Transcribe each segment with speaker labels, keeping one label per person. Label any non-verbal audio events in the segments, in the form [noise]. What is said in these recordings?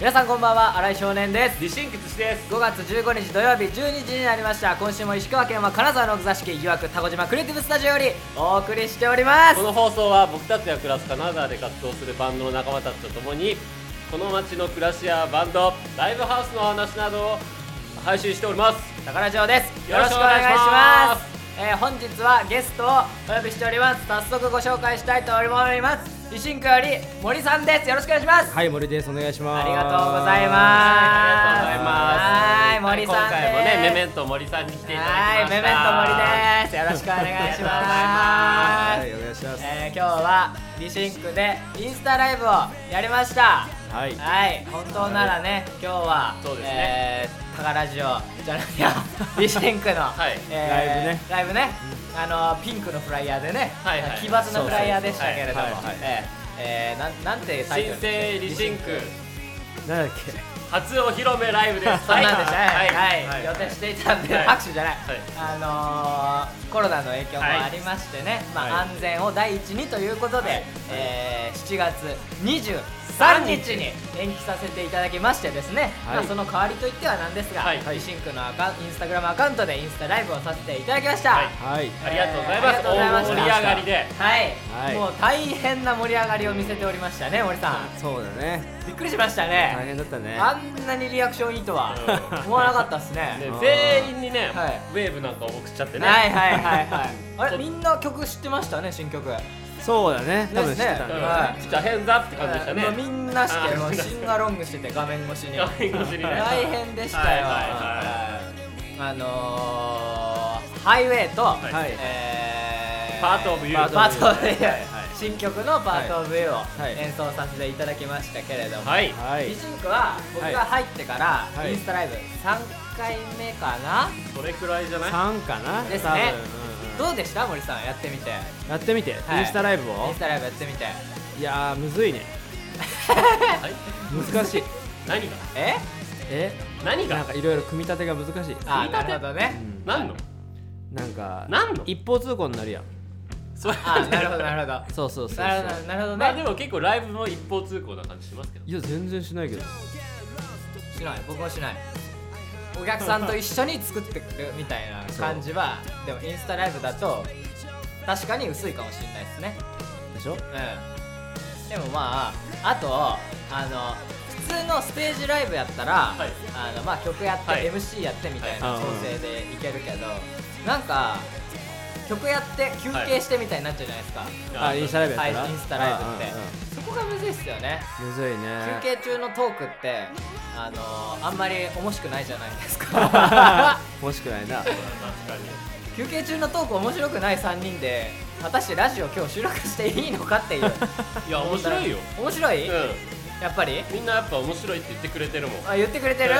Speaker 1: 皆さんこんばんは新井少年です
Speaker 2: 李信吉です
Speaker 1: 5月15日土曜日12時になりました今週も石川県は金沢の奥座敷疑惑田子島クリエイティブスタジオよりお送りしております
Speaker 2: この放送は僕たちが暮らす金沢で活動するバンドの仲間たちと共にこの街の暮らしやバンドライブハウスのお話などを配信しております
Speaker 1: 宝城ですよ
Speaker 2: よ
Speaker 1: ろ
Speaker 2: ろ
Speaker 1: し
Speaker 2: し
Speaker 1: く
Speaker 2: く
Speaker 1: お
Speaker 2: お
Speaker 1: 願
Speaker 2: 願
Speaker 1: い
Speaker 2: い
Speaker 1: し
Speaker 2: し
Speaker 1: ま
Speaker 2: ます
Speaker 1: えー本日はゲストをお呼びしております早速ご紹介したいと思います維新区より森さんですよろしくお願いします
Speaker 3: はい、森です。お願いします。
Speaker 1: ありがとうございます
Speaker 2: ありがとうございます
Speaker 1: はい森さんです
Speaker 2: 今回もねメメント森さんに来ていただ
Speaker 1: はい
Speaker 2: きました
Speaker 1: メメント森ですよろしくお願いしま
Speaker 3: は
Speaker 1: す
Speaker 3: い、お願いします。
Speaker 1: えー、今日はリシンクでインスタライブをやりました
Speaker 3: はい。
Speaker 1: はい本当ならね今日は
Speaker 2: そうですね
Speaker 1: えー、タカラジオじゃなきゃリシンクの、
Speaker 2: はい
Speaker 1: えー
Speaker 3: ラ
Speaker 1: ライブねあのピンクのフライヤーでね、
Speaker 2: はいはい
Speaker 1: 奇抜なフライヤーでしたけれども
Speaker 3: そうそうそうはい
Speaker 1: えーえーなんなんてタイト
Speaker 2: 新
Speaker 1: ル
Speaker 2: 生李信区
Speaker 3: なんだっけ。
Speaker 2: 初お披露目ライブです
Speaker 1: そんなんでしたね
Speaker 2: は
Speaker 1: はいい、
Speaker 2: は
Speaker 1: はい
Speaker 2: い
Speaker 1: 予定していたんで、
Speaker 2: はい
Speaker 1: 拍手じゃない、
Speaker 2: はい
Speaker 1: あのー、コロナの影響もありましてね、まあ
Speaker 2: はい
Speaker 1: 安全を第一にということで、
Speaker 2: はい
Speaker 1: えー7月23日に延期させていただきましてですね、
Speaker 3: はい
Speaker 1: まあ、その代わりといってはなんですが、
Speaker 2: はい
Speaker 1: リシンクのアカウンインスタグラムアカウントでインスタライブをさせていただきました、
Speaker 2: はい
Speaker 3: はい。
Speaker 2: ありがとうござい
Speaker 1: えーあ
Speaker 2: ます
Speaker 1: りがとうございました
Speaker 2: 大盛り上がりで
Speaker 1: はい
Speaker 3: はい
Speaker 1: もう大変な盛り上がりを見せておりましたね森さん
Speaker 3: そうだね。
Speaker 1: びっくりしましたね
Speaker 3: 大変だったね。
Speaker 1: あんなにリアクションいいとは思わなかったですね
Speaker 2: ね
Speaker 3: うん
Speaker 2: 全員にね、
Speaker 1: はい
Speaker 2: ウェーブなんかを送っちゃって [laughs] ね、
Speaker 1: はいはいはいはいあれみんな曲知ってましたね新曲
Speaker 3: そうだね。多分知ってた
Speaker 2: うんん
Speaker 3: だ
Speaker 2: じ
Speaker 3: よ
Speaker 1: ねはい
Speaker 2: ゃあ変だって感じでしたね
Speaker 1: もうみんなしても
Speaker 2: あ
Speaker 1: う
Speaker 2: ー
Speaker 1: シンガロングしてて画面越しに
Speaker 2: 画面越しにね
Speaker 1: 大変でしたよ、
Speaker 2: はいは
Speaker 1: あのー、ハイウェイと、
Speaker 2: い
Speaker 3: はい
Speaker 1: え
Speaker 2: パートオブユー
Speaker 1: パートオブユー
Speaker 2: はいはい
Speaker 1: 新曲のパートオブユーを
Speaker 3: はい
Speaker 1: 演奏させていただきましたけれども、
Speaker 2: はいはい
Speaker 3: はい
Speaker 1: リ。シンクは僕が入ってから
Speaker 3: はい
Speaker 1: インスタライブ3回目かな、
Speaker 2: それくらいじゃない
Speaker 3: 三かな。
Speaker 1: ですね
Speaker 3: 多分うんうん
Speaker 1: どうでした森さんやってみて
Speaker 3: やってみて。
Speaker 1: はい
Speaker 3: インスタライブ
Speaker 1: イン
Speaker 3: を
Speaker 1: ス。タライブやってみて
Speaker 3: いやー、むずいね。
Speaker 2: はい
Speaker 3: 難しい。
Speaker 2: 何が
Speaker 1: え
Speaker 3: [laughs] え。
Speaker 2: 何
Speaker 3: なん
Speaker 2: が
Speaker 3: かいろいろ組み立てが難しい。
Speaker 1: あ
Speaker 2: 組み
Speaker 1: な
Speaker 2: 立て
Speaker 1: るほどね
Speaker 3: うん
Speaker 2: 何の
Speaker 3: なんか。
Speaker 2: 何の
Speaker 3: 一方通行になるやん。
Speaker 2: それ
Speaker 1: あなるほど
Speaker 3: [laughs]
Speaker 1: なるほど
Speaker 3: そうそうそうそう。
Speaker 1: なるほどなるほど
Speaker 2: まあで
Speaker 1: ね
Speaker 2: も結構ライブも一方通行な感じしますけど
Speaker 3: いや、全然しないけど。
Speaker 1: しない僕もしないお客さんと一緒に作ってくるみたいな感じはでもインスタライブだと確かに薄いかもしれないですね
Speaker 3: でしょ。
Speaker 1: うんでもまああとあの普通のステージライブやったら、
Speaker 2: はい
Speaker 1: あのまあ曲やって、
Speaker 2: はい
Speaker 1: MC やってみたい
Speaker 3: は
Speaker 1: ない調整でいけるけど、なんか曲やって休憩してみたいになっちゃうじゃないですか、
Speaker 3: あ、インスタライブやったら。
Speaker 1: はいインスタライブって
Speaker 3: うんうんうん
Speaker 1: そこがむずいっすよね
Speaker 3: むずいね
Speaker 1: 休憩中のトークってあのー、あんまり面白くないじゃないです [laughs] か
Speaker 3: [laughs] 欲しくないな
Speaker 2: 確かに
Speaker 1: 休憩中のトーク面白くない3人で果たしてラジオ今日収録していいのかっていう
Speaker 2: いや [laughs] 面白いよ
Speaker 1: 面白い、や
Speaker 2: う
Speaker 1: っぱり
Speaker 2: んみんなやっぱ面白いって言ってくれてるもん
Speaker 1: あ言ってくれてる、
Speaker 2: う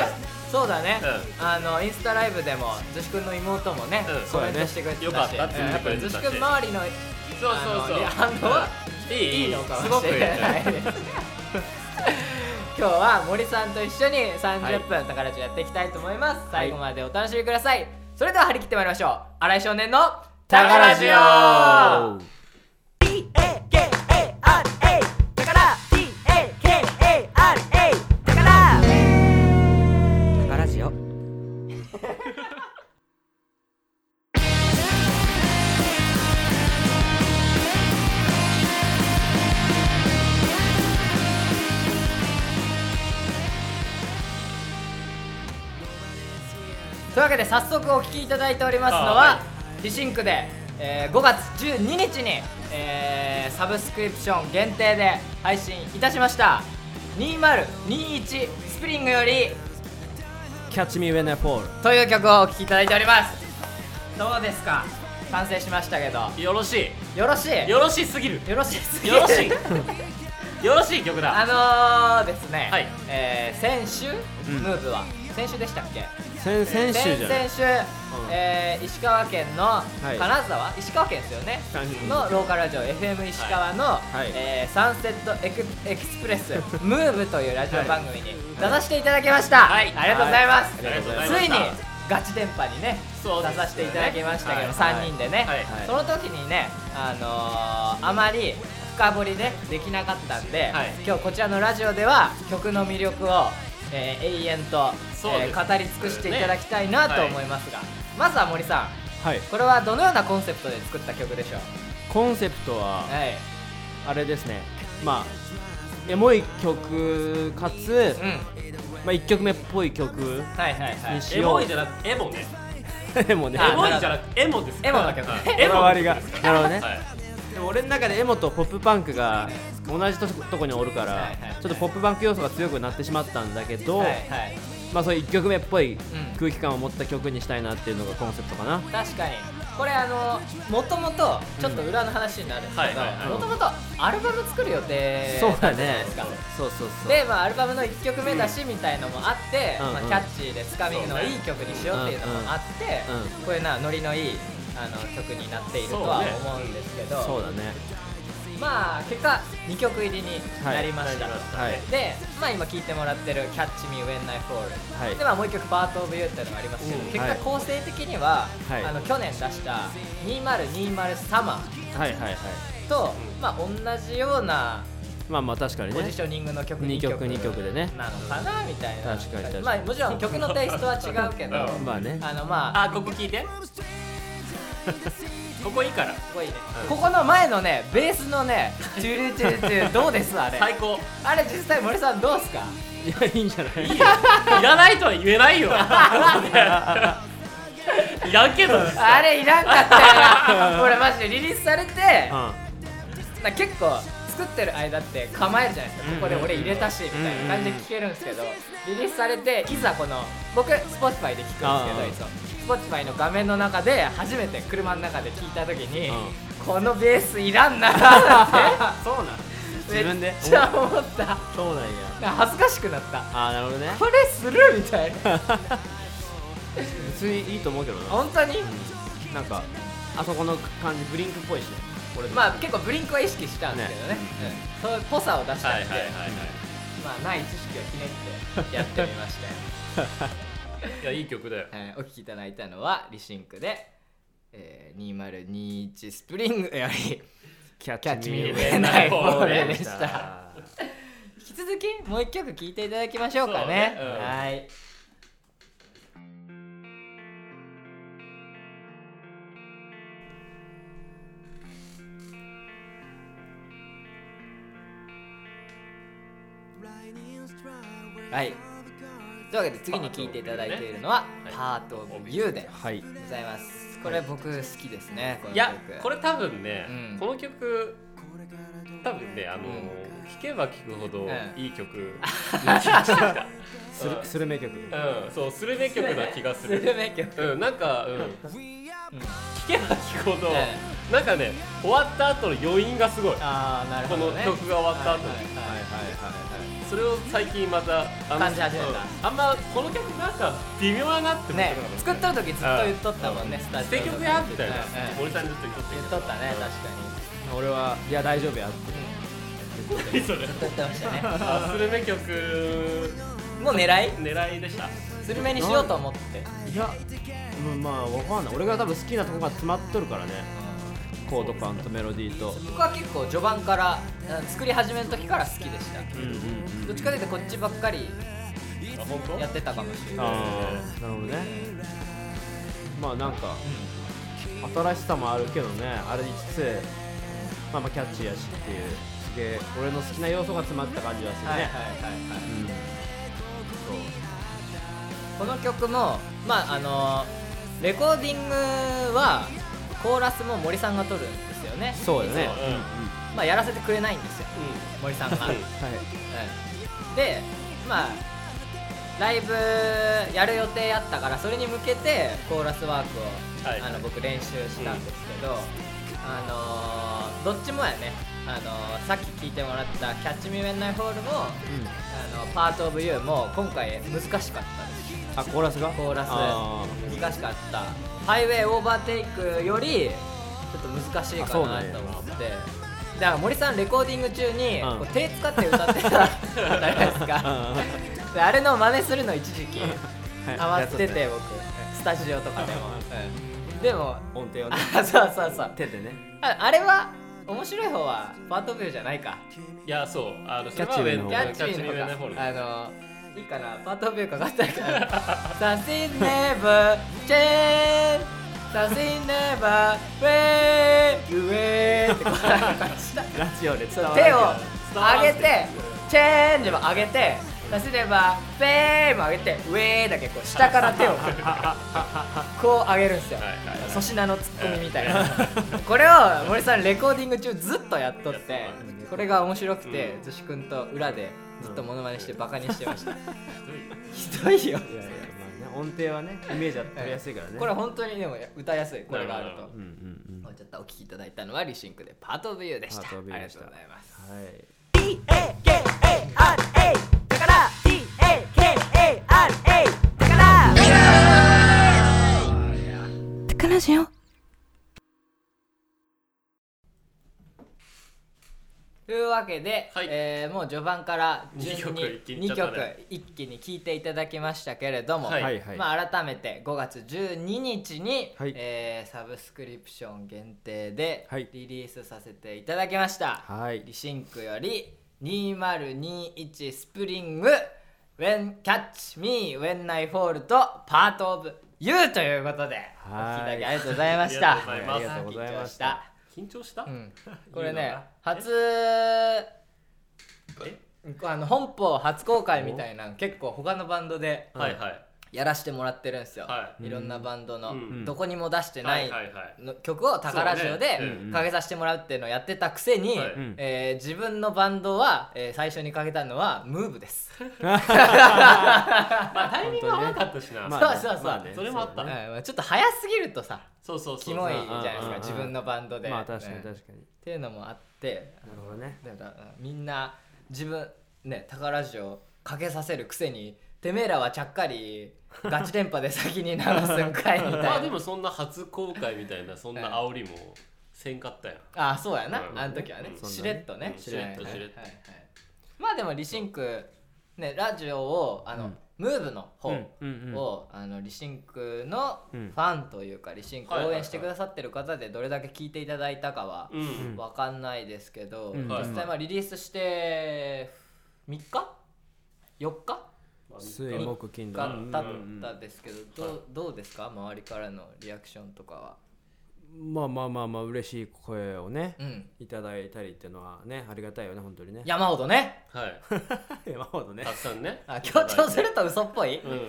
Speaker 1: そうだね、
Speaker 2: う
Speaker 1: あのインスタライブでも女子くんの妹もね、
Speaker 2: うん
Speaker 1: コメントしてくれてたし
Speaker 2: よかったって
Speaker 1: うん
Speaker 2: 言
Speaker 1: や
Speaker 2: っ
Speaker 1: ってぱり
Speaker 2: くれ
Speaker 1: 女
Speaker 2: てたし
Speaker 1: 子くん周りの
Speaker 2: そうそうそ
Speaker 1: あの
Speaker 2: う
Speaker 1: リハンドはい
Speaker 2: い
Speaker 1: いいのか
Speaker 2: す
Speaker 1: も
Speaker 2: ご
Speaker 1: し
Speaker 2: くいい
Speaker 1: れないです [laughs] 今日は森さんと一緒に30分宝城やっていきたいと思います、最後までお楽しみくださいそれでは張り切ってまいりましょう新井少年の宝ジオ T-A-K-A-R-A 宝 T-A-K-A-R-A 宝宝ジオというわけで早速お聴きいただいておりますのは、
Speaker 2: あは
Speaker 1: リシンクで、えー5月12日に、えーサブスクリプション限定で配信いたしました2021スプリングより
Speaker 3: キャッチミーウェン l ポール
Speaker 1: という曲をお聴きいただいておりますどうですか完成しましたけど
Speaker 2: よろし
Speaker 1: よろしい
Speaker 2: いよろしすぎる
Speaker 1: よろしいすぎる
Speaker 2: よろしいよろしい曲だ
Speaker 1: [laughs] あのー、ですね、
Speaker 2: はい
Speaker 1: えー先週、
Speaker 3: うん
Speaker 1: ムーブは先週でしたっけ
Speaker 3: 先先週じゃない
Speaker 1: 先々週、えー石川県の、
Speaker 3: い
Speaker 1: 金沢石川県ですよね
Speaker 3: うん
Speaker 1: のローカルラジオ FM 石川の、
Speaker 3: い
Speaker 1: えーサンセットエクエクスプレスムーブというラジオ番組に出させていただきました、
Speaker 2: はい
Speaker 1: ありがとうございます、
Speaker 2: はいありがとうございま
Speaker 1: つい
Speaker 2: し
Speaker 1: に
Speaker 2: た
Speaker 1: ガチ電波にね
Speaker 2: そうで
Speaker 1: 出
Speaker 2: すよね
Speaker 1: させていただきましたけど、
Speaker 2: はい
Speaker 1: 3人でね、
Speaker 2: はい
Speaker 1: その時にねあのーあまり深掘りねできなかったんで、
Speaker 2: はい
Speaker 1: 今日こちらのラジオでは曲の魅力を、えー永遠と、
Speaker 2: そう
Speaker 1: え
Speaker 2: です
Speaker 1: ー語り尽くしていただきたいなと思いますが、まずは森さん
Speaker 3: はい
Speaker 1: これはどのようなコンセプトで作った曲でしょう
Speaker 3: コンセプトは
Speaker 1: はい
Speaker 3: あれですねまあエモい曲かつ
Speaker 1: う、ん
Speaker 3: まあ、1曲目っぽい曲
Speaker 1: はいはいはい
Speaker 3: し
Speaker 2: エモいじゃなくてエモね
Speaker 3: でもね
Speaker 1: あ
Speaker 2: エモいじゃなくてエモですから
Speaker 1: エモの曲
Speaker 2: はい
Speaker 3: こだわりがなるほどね、
Speaker 2: はい
Speaker 3: でも俺の中でエモとポップパンクが同じとことこにおるから、
Speaker 1: はいはいはい
Speaker 3: ちょっとポップパンク要素が強くなってしまったんだけど、
Speaker 1: はいはい
Speaker 3: まあそういう1曲目っぽい
Speaker 1: ん
Speaker 3: 空気感を持った曲にしたいなっていうのがコンセプトかな、
Speaker 1: 確かにこれあのもともとちょっと裏の話になるんです
Speaker 2: うんはいはい
Speaker 1: けど
Speaker 2: はい
Speaker 1: もともとアルバム作る予定
Speaker 3: そう
Speaker 1: だ
Speaker 3: だ
Speaker 1: ったじゃない
Speaker 3: ね
Speaker 1: ですか
Speaker 3: そうそうそう
Speaker 1: で、まあ、アルバムの1曲目だしみたいのもあって、
Speaker 3: うんうん
Speaker 1: まあ、キャッチーでつかみのいい曲にしようっていうのもあって、
Speaker 3: うんうん
Speaker 1: こういうなノリのいいあの曲になっているとは思うんですけど、
Speaker 3: そうだね
Speaker 1: まあ結果2曲入りになりました、
Speaker 2: はいなりました
Speaker 3: はい
Speaker 1: で、まあ、今聴いてもらってる「キャッチ・ミー・ウェン・ナイ・フォール」
Speaker 3: はい
Speaker 1: で、まあ、もう1曲「パート・オブ・ユー」っていうのがありますけど、
Speaker 2: うん
Speaker 1: 結
Speaker 3: は
Speaker 1: 果
Speaker 3: い
Speaker 1: 構成的には、
Speaker 3: はい
Speaker 1: あの去年出した「2020サマー
Speaker 3: はいはいはい」
Speaker 1: と、
Speaker 2: うん
Speaker 1: まあ、同じような
Speaker 3: まあまあ確かに
Speaker 1: ポ
Speaker 3: ね
Speaker 1: ジショニングの曲
Speaker 3: 二
Speaker 1: 2
Speaker 3: 曲
Speaker 1: 曲
Speaker 3: 二曲でね
Speaker 1: なのかなみたいな
Speaker 3: 確かに確かに
Speaker 1: まあ、もちろん曲のテイストは違う
Speaker 3: [laughs]
Speaker 1: けど
Speaker 2: うん
Speaker 3: まあね
Speaker 1: あのまあ
Speaker 2: あここ聞いてここいいから
Speaker 1: すごいね
Speaker 2: う
Speaker 1: こ
Speaker 2: ん
Speaker 1: この前のねベースのね「チュルチュルチュル」どうですあれ
Speaker 2: 最高
Speaker 1: あれ実際森さんどうすか
Speaker 3: いやいいんじゃない
Speaker 2: いいよいらないとは言えないよいらんけど
Speaker 1: あれいらんかったよ俺マジでリリースされて
Speaker 3: う
Speaker 1: な結構作ってる間って構えるじゃないですかここで俺入れたしみたいな感じで聴けるんですけどリリースされていざこの僕 Spotify で聴くんですけどいつも Spotify の画面の中で初めて車の中で聴いた時にこのベースいらんなーってそうなん
Speaker 3: 自分で
Speaker 1: めっちゃ思った
Speaker 3: そうなんや
Speaker 1: 恥ずかしくなった
Speaker 3: ああなるほどね [laughs]
Speaker 1: これするみたいな
Speaker 3: 別にいいと思うけどな
Speaker 1: 本当に
Speaker 3: うんなんかあそこの感じブリンクっぽいしね俺でも
Speaker 1: まあ結構ブリンクは意識したんですけどねうんそういうっぽさを出した
Speaker 2: はい
Speaker 1: ん
Speaker 2: は
Speaker 1: で、
Speaker 2: いはい
Speaker 1: まあない知識をひねってやってみましたよ
Speaker 2: はいいやいい曲だよ
Speaker 1: [laughs] はい、お聴きいただいたのはリシンクで、えー、2021スプリングより
Speaker 3: キャ
Speaker 1: キャッチミーウ
Speaker 3: Me When
Speaker 1: ェイナイフォール
Speaker 3: I
Speaker 1: で
Speaker 3: Fall
Speaker 1: した引き続きもう一曲聴いていただきましょうかね
Speaker 2: そうねうん
Speaker 1: はいはいというわけで次に聴いていただいているのは「パート・オブ・ユー」で
Speaker 3: はい
Speaker 1: ございますこれ僕好きですねこの曲
Speaker 2: いやこれ多分ね、
Speaker 1: うん
Speaker 2: この曲多分ねあのー
Speaker 1: うん
Speaker 2: 聴けば聴くほど
Speaker 1: ん
Speaker 2: いい曲な気がしてき
Speaker 1: [laughs]
Speaker 2: た
Speaker 3: スルスルメ曲
Speaker 2: うん、そうスルメ曲な気が
Speaker 1: [laughs]
Speaker 2: す
Speaker 1: スル
Speaker 2: る
Speaker 1: メ曲
Speaker 2: うんなんかうん聴けば聴くほど
Speaker 1: え
Speaker 2: なんかね終わった後の余韻がすごい
Speaker 1: ああなる
Speaker 2: こ
Speaker 1: ほ
Speaker 2: の
Speaker 1: どね
Speaker 2: 曲が終わった後に
Speaker 1: はいはいはい
Speaker 2: それを最近またあの
Speaker 1: 感じ始めた
Speaker 2: うんあんまこの曲なんか微妙だなって思ってな
Speaker 1: ね
Speaker 2: かった
Speaker 1: 作っとる時ずっと言っとったもんねスタ
Speaker 2: 捨
Speaker 1: ジ
Speaker 2: て
Speaker 1: オの時
Speaker 2: 曲やみたいな
Speaker 1: うんうん
Speaker 2: 森さんずっと言っとったけど
Speaker 1: 言っとったね
Speaker 3: 俺はいや大丈夫や
Speaker 1: 確かに
Speaker 2: 何それ
Speaker 1: 言っとってましたね
Speaker 2: あスルメ曲
Speaker 1: もう狙い
Speaker 2: 狙いでした
Speaker 1: スルメにしようと思って
Speaker 3: いやうんまあわかんない俺が多分好きなとこが詰まっとるからねコード感とメロディーと
Speaker 1: 僕は結構序盤からうん作り始めの時から好きでした
Speaker 3: うんうんうん
Speaker 1: どっちかというとこっちばっかり
Speaker 2: あ本当
Speaker 1: やってたかもしれない
Speaker 3: ああなるほどねまあなんか新しさもあるけどねあれ5つまあまあキャッチーやしっていうすげえ俺の好きな要素が詰まった感じはするね、
Speaker 1: はいはいはいはい
Speaker 3: うん
Speaker 1: この曲もまああのレコーディングはコーラスも森さんが取るんですよね
Speaker 3: そうそうよね
Speaker 2: そううん
Speaker 1: まあやらせてくれないんですよ森さんが、
Speaker 2: [laughs] うん
Speaker 1: うんでまあライブやる予定やったからそれに向けてコーラスワークを、
Speaker 2: はい
Speaker 1: あの僕練習したんですけど、あのーどっちもやね、あのーさっき聴いてもらった「キャッチ・ミー・ウェン・ナイ・ホールも」
Speaker 3: うん
Speaker 1: あのパート・オブ・ユー」も今回難しかったです
Speaker 3: あコーラスが
Speaker 1: コーラス
Speaker 3: あ
Speaker 1: 難しかったハイウェイオーバーテイクよりちょっと難しい
Speaker 3: あ
Speaker 1: か
Speaker 3: そう
Speaker 1: な
Speaker 3: なんや
Speaker 1: と思ってだから森さんレコーディング中に、
Speaker 3: うん
Speaker 1: こう手使って歌ってたじゃないですか
Speaker 3: [laughs] ー
Speaker 1: であれの真似するの一時期
Speaker 3: はい
Speaker 1: ハマって
Speaker 3: やっとった
Speaker 1: て
Speaker 3: よ
Speaker 1: 僕スタジオとかでも、うんでも
Speaker 3: 音程をね
Speaker 1: あそうそうそう
Speaker 3: 手でね
Speaker 1: ああれは面白い方はパートビューじゃないか
Speaker 2: いやそうあの
Speaker 3: キャッチーの方
Speaker 1: キ
Speaker 2: キ
Speaker 1: ャッ
Speaker 2: ャッ
Speaker 1: チ
Speaker 2: チー
Speaker 1: ー
Speaker 2: の
Speaker 1: の
Speaker 2: 方が
Speaker 1: 方があのいいかなパートビューかか
Speaker 3: [laughs]
Speaker 1: ったから Does it never change? Does it never fade away? ってこうなんかした
Speaker 3: [laughs] ラジオで伝わる
Speaker 1: 手を上げて、チェーンジも上げて、出せれば、フェーも上げて、ウェーだけこう下から
Speaker 3: [laughs]
Speaker 1: 手をこう上げるんですよ
Speaker 2: はいはいはい。
Speaker 1: 粗品のツッコミみたい
Speaker 2: は。
Speaker 1: ない [laughs] これを森さんレコーディング中ずっとやっとっ
Speaker 2: や
Speaker 1: て
Speaker 2: ってたん、
Speaker 1: これが面白くて
Speaker 2: う、ん
Speaker 1: ずし君と裏でずっとモノマネしてバカにしてました。ひどいよ。
Speaker 3: いやいやまあね音程はねイメージは取りやすいからね
Speaker 1: これ本当にでも歌いやすい、これがある
Speaker 2: なるほ
Speaker 1: と
Speaker 2: ど。
Speaker 3: うんうんうん
Speaker 1: も
Speaker 3: は
Speaker 1: うちょっとお聞きいただいたのはリシンクでパートビューでした。あ
Speaker 3: パート
Speaker 1: り
Speaker 3: ビ
Speaker 1: が
Speaker 3: ュ
Speaker 1: とうご
Speaker 3: ーでした
Speaker 1: ざいます。
Speaker 3: い
Speaker 1: D-A-K-A-R-A だから D-A-K-A-R-A だからというわけで、
Speaker 2: はい
Speaker 1: えーもう序盤から順に
Speaker 2: 二曲一気にいっちゃったね
Speaker 1: 二曲一気に聴いていただきましたけれども、
Speaker 2: はい
Speaker 3: はいはい
Speaker 1: まあ、改めて5月12日に、
Speaker 3: はい
Speaker 1: えーサブスクリプション限定で
Speaker 3: はい
Speaker 1: リリースさせていただきました。
Speaker 3: はい
Speaker 1: リシンクより2021スプリング When Catch Me When I Fall と Part of You ということでお
Speaker 3: はい
Speaker 1: 聞きいただきありがとうございまし
Speaker 2: あ
Speaker 1: た
Speaker 2: りがとうございます
Speaker 3: ありがとうございまし
Speaker 1: 緊張
Speaker 3: た
Speaker 2: 緊張した、 [laughs]
Speaker 1: うん
Speaker 2: 言うのが
Speaker 1: これね初
Speaker 2: え
Speaker 1: あの本邦初公開みたいなの結構他のバンドで
Speaker 2: はいはい
Speaker 1: やらしてもらってるんですよ、、
Speaker 2: はい
Speaker 1: ろんなバンドの、
Speaker 2: うん
Speaker 1: どこにも出してない
Speaker 2: はいはいはい
Speaker 1: の曲を宝ジオで
Speaker 2: そうね
Speaker 3: うん
Speaker 1: かけさせてもらうっていうのをやってたくせに、
Speaker 2: はい
Speaker 3: うん
Speaker 1: えー自分のバンドは、えー最初にかけたのは「ムーブです。
Speaker 2: まあタイミングが早かったしな、
Speaker 3: まあ
Speaker 1: そうそうそう
Speaker 3: まあね
Speaker 2: それもあった
Speaker 1: うん
Speaker 2: ね
Speaker 1: まあちょっと早すぎるとさ
Speaker 2: そうそうそう
Speaker 1: キモいじゃないです
Speaker 3: うんう
Speaker 1: か
Speaker 3: んうん
Speaker 1: 自分のバンドで。
Speaker 3: まあ確かに
Speaker 1: ねっ
Speaker 3: 確かに
Speaker 1: ていうのもあって
Speaker 3: なるほどね
Speaker 1: だからみんな自分ね宝ジオかけさせるくせにてめえらはちゃっかりガチ電波で先に流すんかいみたいな。
Speaker 2: まあでもそんな初公開みたいなそんな煽りもせんかったやん
Speaker 1: ああそうやな、
Speaker 2: うん
Speaker 1: あの時はね、
Speaker 2: うん
Speaker 1: しれっとね
Speaker 2: うんしれっと
Speaker 1: はい
Speaker 2: しれっと
Speaker 1: はいはいはいまあでもリシンクねラジオをあの、
Speaker 3: うん
Speaker 1: ムーブの方を、
Speaker 3: うんうん
Speaker 1: あのリシンクのフ
Speaker 3: うん
Speaker 1: ァンというかリシンク
Speaker 2: はいは
Speaker 1: を
Speaker 2: い
Speaker 1: 応
Speaker 2: は
Speaker 1: 援
Speaker 2: い
Speaker 1: してくださってる方でどれだけ聞いていただいたかは
Speaker 2: うん、
Speaker 3: ん
Speaker 1: わかんないですけど、
Speaker 3: うん
Speaker 2: はい
Speaker 1: 実際まあリリースして3日 ?4 日
Speaker 3: 水木金土
Speaker 1: が
Speaker 2: うん
Speaker 1: 経ったですけど、どうどうですか周りからのリアクションとかは。
Speaker 3: まあまあまあまあ嬉しい声をね
Speaker 1: うん、
Speaker 3: いただいたりっていうのはねありがたいよね本当にね
Speaker 1: 山ほどね
Speaker 2: はい
Speaker 3: 山ほどね
Speaker 2: たくさんね
Speaker 1: [laughs] あ強調すると嘘っぽい、
Speaker 2: うん、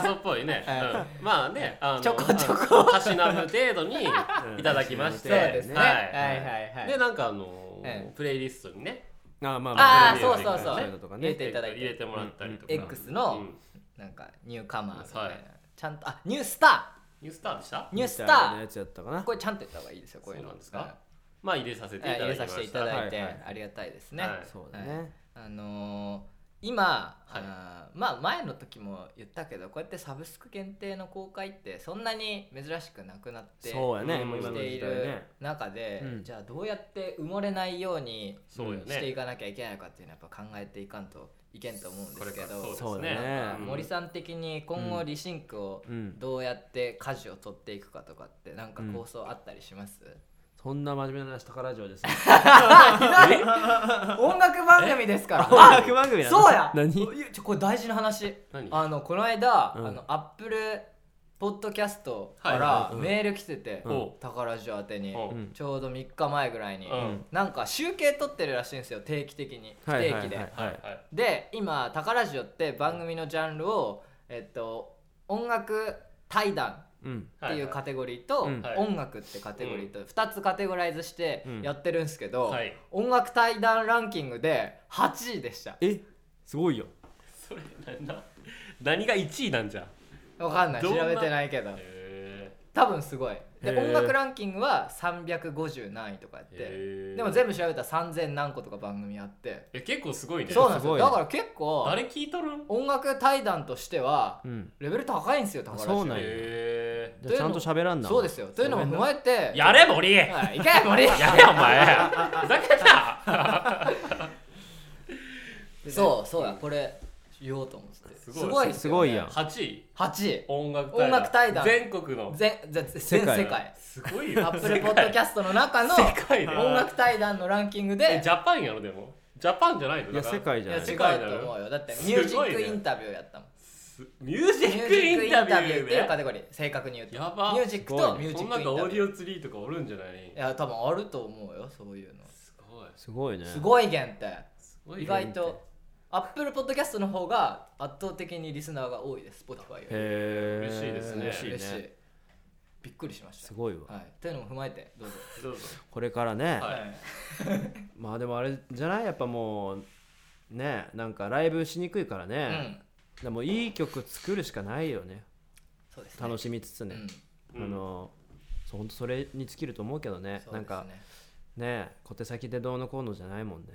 Speaker 2: 嘘っぽ
Speaker 1: [laughs]
Speaker 2: いね、うん、まあねあの
Speaker 1: ちょこちょ
Speaker 2: こたしなむ程度にいただきまして、
Speaker 3: うん
Speaker 1: そうですね。
Speaker 2: は
Speaker 1: はいいはいはい。
Speaker 2: でなんかあのー
Speaker 1: うん
Speaker 2: プレイリストにね
Speaker 3: ああまあ
Speaker 1: ああ、
Speaker 2: ー
Speaker 1: そう
Speaker 2: ね
Speaker 1: そう
Speaker 2: そう
Speaker 1: そ
Speaker 3: いううのとか。
Speaker 1: 入れ
Speaker 3: ね
Speaker 1: ていただい
Speaker 2: 入れ
Speaker 1: て、
Speaker 2: てもらったりとか、
Speaker 3: うん
Speaker 1: X
Speaker 2: う
Speaker 1: の
Speaker 2: ん
Speaker 1: なんかニューカマーみたい
Speaker 2: は。
Speaker 1: ないちゃんとあニュースタ
Speaker 2: ニュースターでした
Speaker 1: ー、ニュース
Speaker 3: みたいな
Speaker 1: タ
Speaker 3: やつやったか
Speaker 1: ー。
Speaker 3: な
Speaker 1: これちゃんと言った方がいいですよ。こういう
Speaker 2: そう
Speaker 1: の
Speaker 2: なんですかまあ入れさせ
Speaker 1: うん
Speaker 2: ていた
Speaker 1: 入れ
Speaker 2: だきま
Speaker 1: さ
Speaker 2: し
Speaker 1: せ
Speaker 2: た
Speaker 1: ていただい
Speaker 3: は
Speaker 1: て
Speaker 3: いはい
Speaker 1: ありがたいですね。
Speaker 2: はい
Speaker 3: そうだね
Speaker 1: あのー今、
Speaker 2: はい
Speaker 1: あーまあ前の時も言ったけどこうやってサブスク限定の公開ってそんなに珍しくなくなって
Speaker 3: そうやね
Speaker 2: うん
Speaker 3: もう今
Speaker 1: し
Speaker 3: の
Speaker 1: てい
Speaker 3: 時代
Speaker 1: る
Speaker 3: ね
Speaker 1: 中で、
Speaker 3: うん
Speaker 1: じゃあどうやって埋もれないように
Speaker 2: そうよね
Speaker 1: していかなきゃいけないのかっていうのはやっぱ考えていかんといけんと思うんですけ
Speaker 2: これからそう
Speaker 1: ど
Speaker 2: です
Speaker 3: そうだ
Speaker 2: ね
Speaker 3: ね
Speaker 1: [laughs]
Speaker 2: うん
Speaker 1: 森さん的に今後リシンクを
Speaker 3: うん
Speaker 1: どうやって舵を取っていくかとかってなんか構想あったりします、
Speaker 3: そんな真面目な話宝城 [laughs] ですね
Speaker 1: 音楽番組ですから
Speaker 3: 音楽番組なの
Speaker 1: そうや
Speaker 3: 何
Speaker 1: いやちょこれ大事な話
Speaker 2: 何
Speaker 1: あのこの間、
Speaker 3: うん
Speaker 1: あのアップルポッドキャストか
Speaker 2: は
Speaker 1: ら
Speaker 3: いはい
Speaker 1: メール来てて、
Speaker 2: うん
Speaker 1: 宝城宛てに、
Speaker 2: うん
Speaker 3: うん
Speaker 1: ちょうど3日前ぐらいに、
Speaker 2: うん
Speaker 1: なんか集計取ってるらしいんですよ定期的に不定期で、
Speaker 2: はいはい
Speaker 1: で今宝城って番組のジャンルをえっと音楽対談
Speaker 3: うん
Speaker 1: っていうカテゴリーと、
Speaker 3: うん
Speaker 2: はい
Speaker 1: 音楽ってカテゴリーと2つカテゴライズして
Speaker 3: うん
Speaker 1: やってるんですけど、
Speaker 2: はい
Speaker 1: 音楽対談ランキングで8位でした
Speaker 3: えすごいよ
Speaker 2: それなな何が1位なんじゃん
Speaker 1: わかんない
Speaker 2: ど
Speaker 1: 調
Speaker 2: んな
Speaker 1: べてないけど
Speaker 2: へ
Speaker 1: 多分すごいで
Speaker 3: へー
Speaker 1: 音楽ランキングは350何位とかやって
Speaker 2: え
Speaker 1: でも全部調べたら3000何個とか番組あって
Speaker 2: え結構すごいね
Speaker 1: そうなんです
Speaker 3: すご
Speaker 1: よ
Speaker 3: いね
Speaker 1: だから結構
Speaker 2: 誰聞いとるん
Speaker 1: 音楽対談としては
Speaker 3: うん
Speaker 1: レベル高いんですよ宝
Speaker 3: そう
Speaker 1: 島
Speaker 3: なんや
Speaker 2: へ
Speaker 3: じゃあちゃんと喋らんな
Speaker 1: そうですよというのも踏まえて
Speaker 2: えやれ森や
Speaker 1: はいいけ森
Speaker 2: れ
Speaker 1: [laughs]
Speaker 2: お前ふざけんな
Speaker 1: そうそうやこれ言おうと思ってて
Speaker 2: す
Speaker 1: す
Speaker 2: ごい
Speaker 1: ごいです
Speaker 3: す
Speaker 1: よ
Speaker 3: ごいやん
Speaker 2: 8位
Speaker 1: 8位
Speaker 2: 音楽
Speaker 1: 音楽対談
Speaker 2: 全国の
Speaker 1: 全全全世
Speaker 3: 世
Speaker 1: 界
Speaker 3: 界
Speaker 2: すごいよ
Speaker 1: アップルポッドキャストの中の
Speaker 2: [laughs] 世界で
Speaker 1: 音楽対談のランキング
Speaker 2: え
Speaker 1: で
Speaker 2: ジャパンやろでもジャパンじゃないの
Speaker 3: いや
Speaker 2: だから
Speaker 3: 世界じ
Speaker 1: い
Speaker 3: ゃない
Speaker 1: や
Speaker 2: 世
Speaker 1: 違
Speaker 2: 界
Speaker 1: う
Speaker 2: だ
Speaker 1: と
Speaker 2: よ
Speaker 1: 思うよだって
Speaker 2: すご
Speaker 1: ミ
Speaker 2: い
Speaker 1: ュ
Speaker 2: ね
Speaker 1: ージックインタビューやったもん
Speaker 2: すミュージ
Speaker 1: ミュ
Speaker 2: ッ
Speaker 1: ー
Speaker 2: ク
Speaker 1: ジ
Speaker 2: イ
Speaker 1: ックイ
Speaker 2: ン
Speaker 1: ン
Speaker 2: タ
Speaker 1: タ
Speaker 2: ビ
Speaker 1: ビ
Speaker 2: ュ
Speaker 1: ュー
Speaker 2: ー
Speaker 1: っていうカテ
Speaker 2: ね
Speaker 1: ゴリー正確に言うと
Speaker 2: やば
Speaker 1: ミュージックとミュー
Speaker 2: そ
Speaker 1: ジックイ
Speaker 2: んな
Speaker 1: ン
Speaker 2: んか
Speaker 1: タ
Speaker 2: オー
Speaker 1: ビ
Speaker 2: デ
Speaker 1: ュー
Speaker 2: ィオツリーとかおるんじゃない
Speaker 1: いや多分あると思うよそういうの
Speaker 2: すごい
Speaker 3: すごいね
Speaker 1: すごい弦って
Speaker 2: すごい
Speaker 1: 意
Speaker 2: よ
Speaker 1: 外とアップルポッドキャストの方が圧倒的にリスナーが多いです Spotify より
Speaker 3: へー
Speaker 2: 嬉しいですね
Speaker 3: 嬉しい
Speaker 1: 嬉しい
Speaker 3: ね
Speaker 1: びっくりしました
Speaker 3: すごいわ
Speaker 1: はい、というのも踏まえてどうぞ、
Speaker 2: どうぞ
Speaker 3: これからね
Speaker 2: はい
Speaker 3: まあでもあれじゃないやっぱもうねなんかライブしにくいから
Speaker 1: う
Speaker 3: ね
Speaker 1: ん
Speaker 3: でもいい曲作るしかないよね
Speaker 1: そうですね
Speaker 3: 楽しみつつねあ
Speaker 2: うん
Speaker 3: のそうほんとそれに尽きると思うけどね
Speaker 1: うん、
Speaker 3: なんか
Speaker 1: そうですね
Speaker 3: ね小手先でどうのこうのじゃないもんね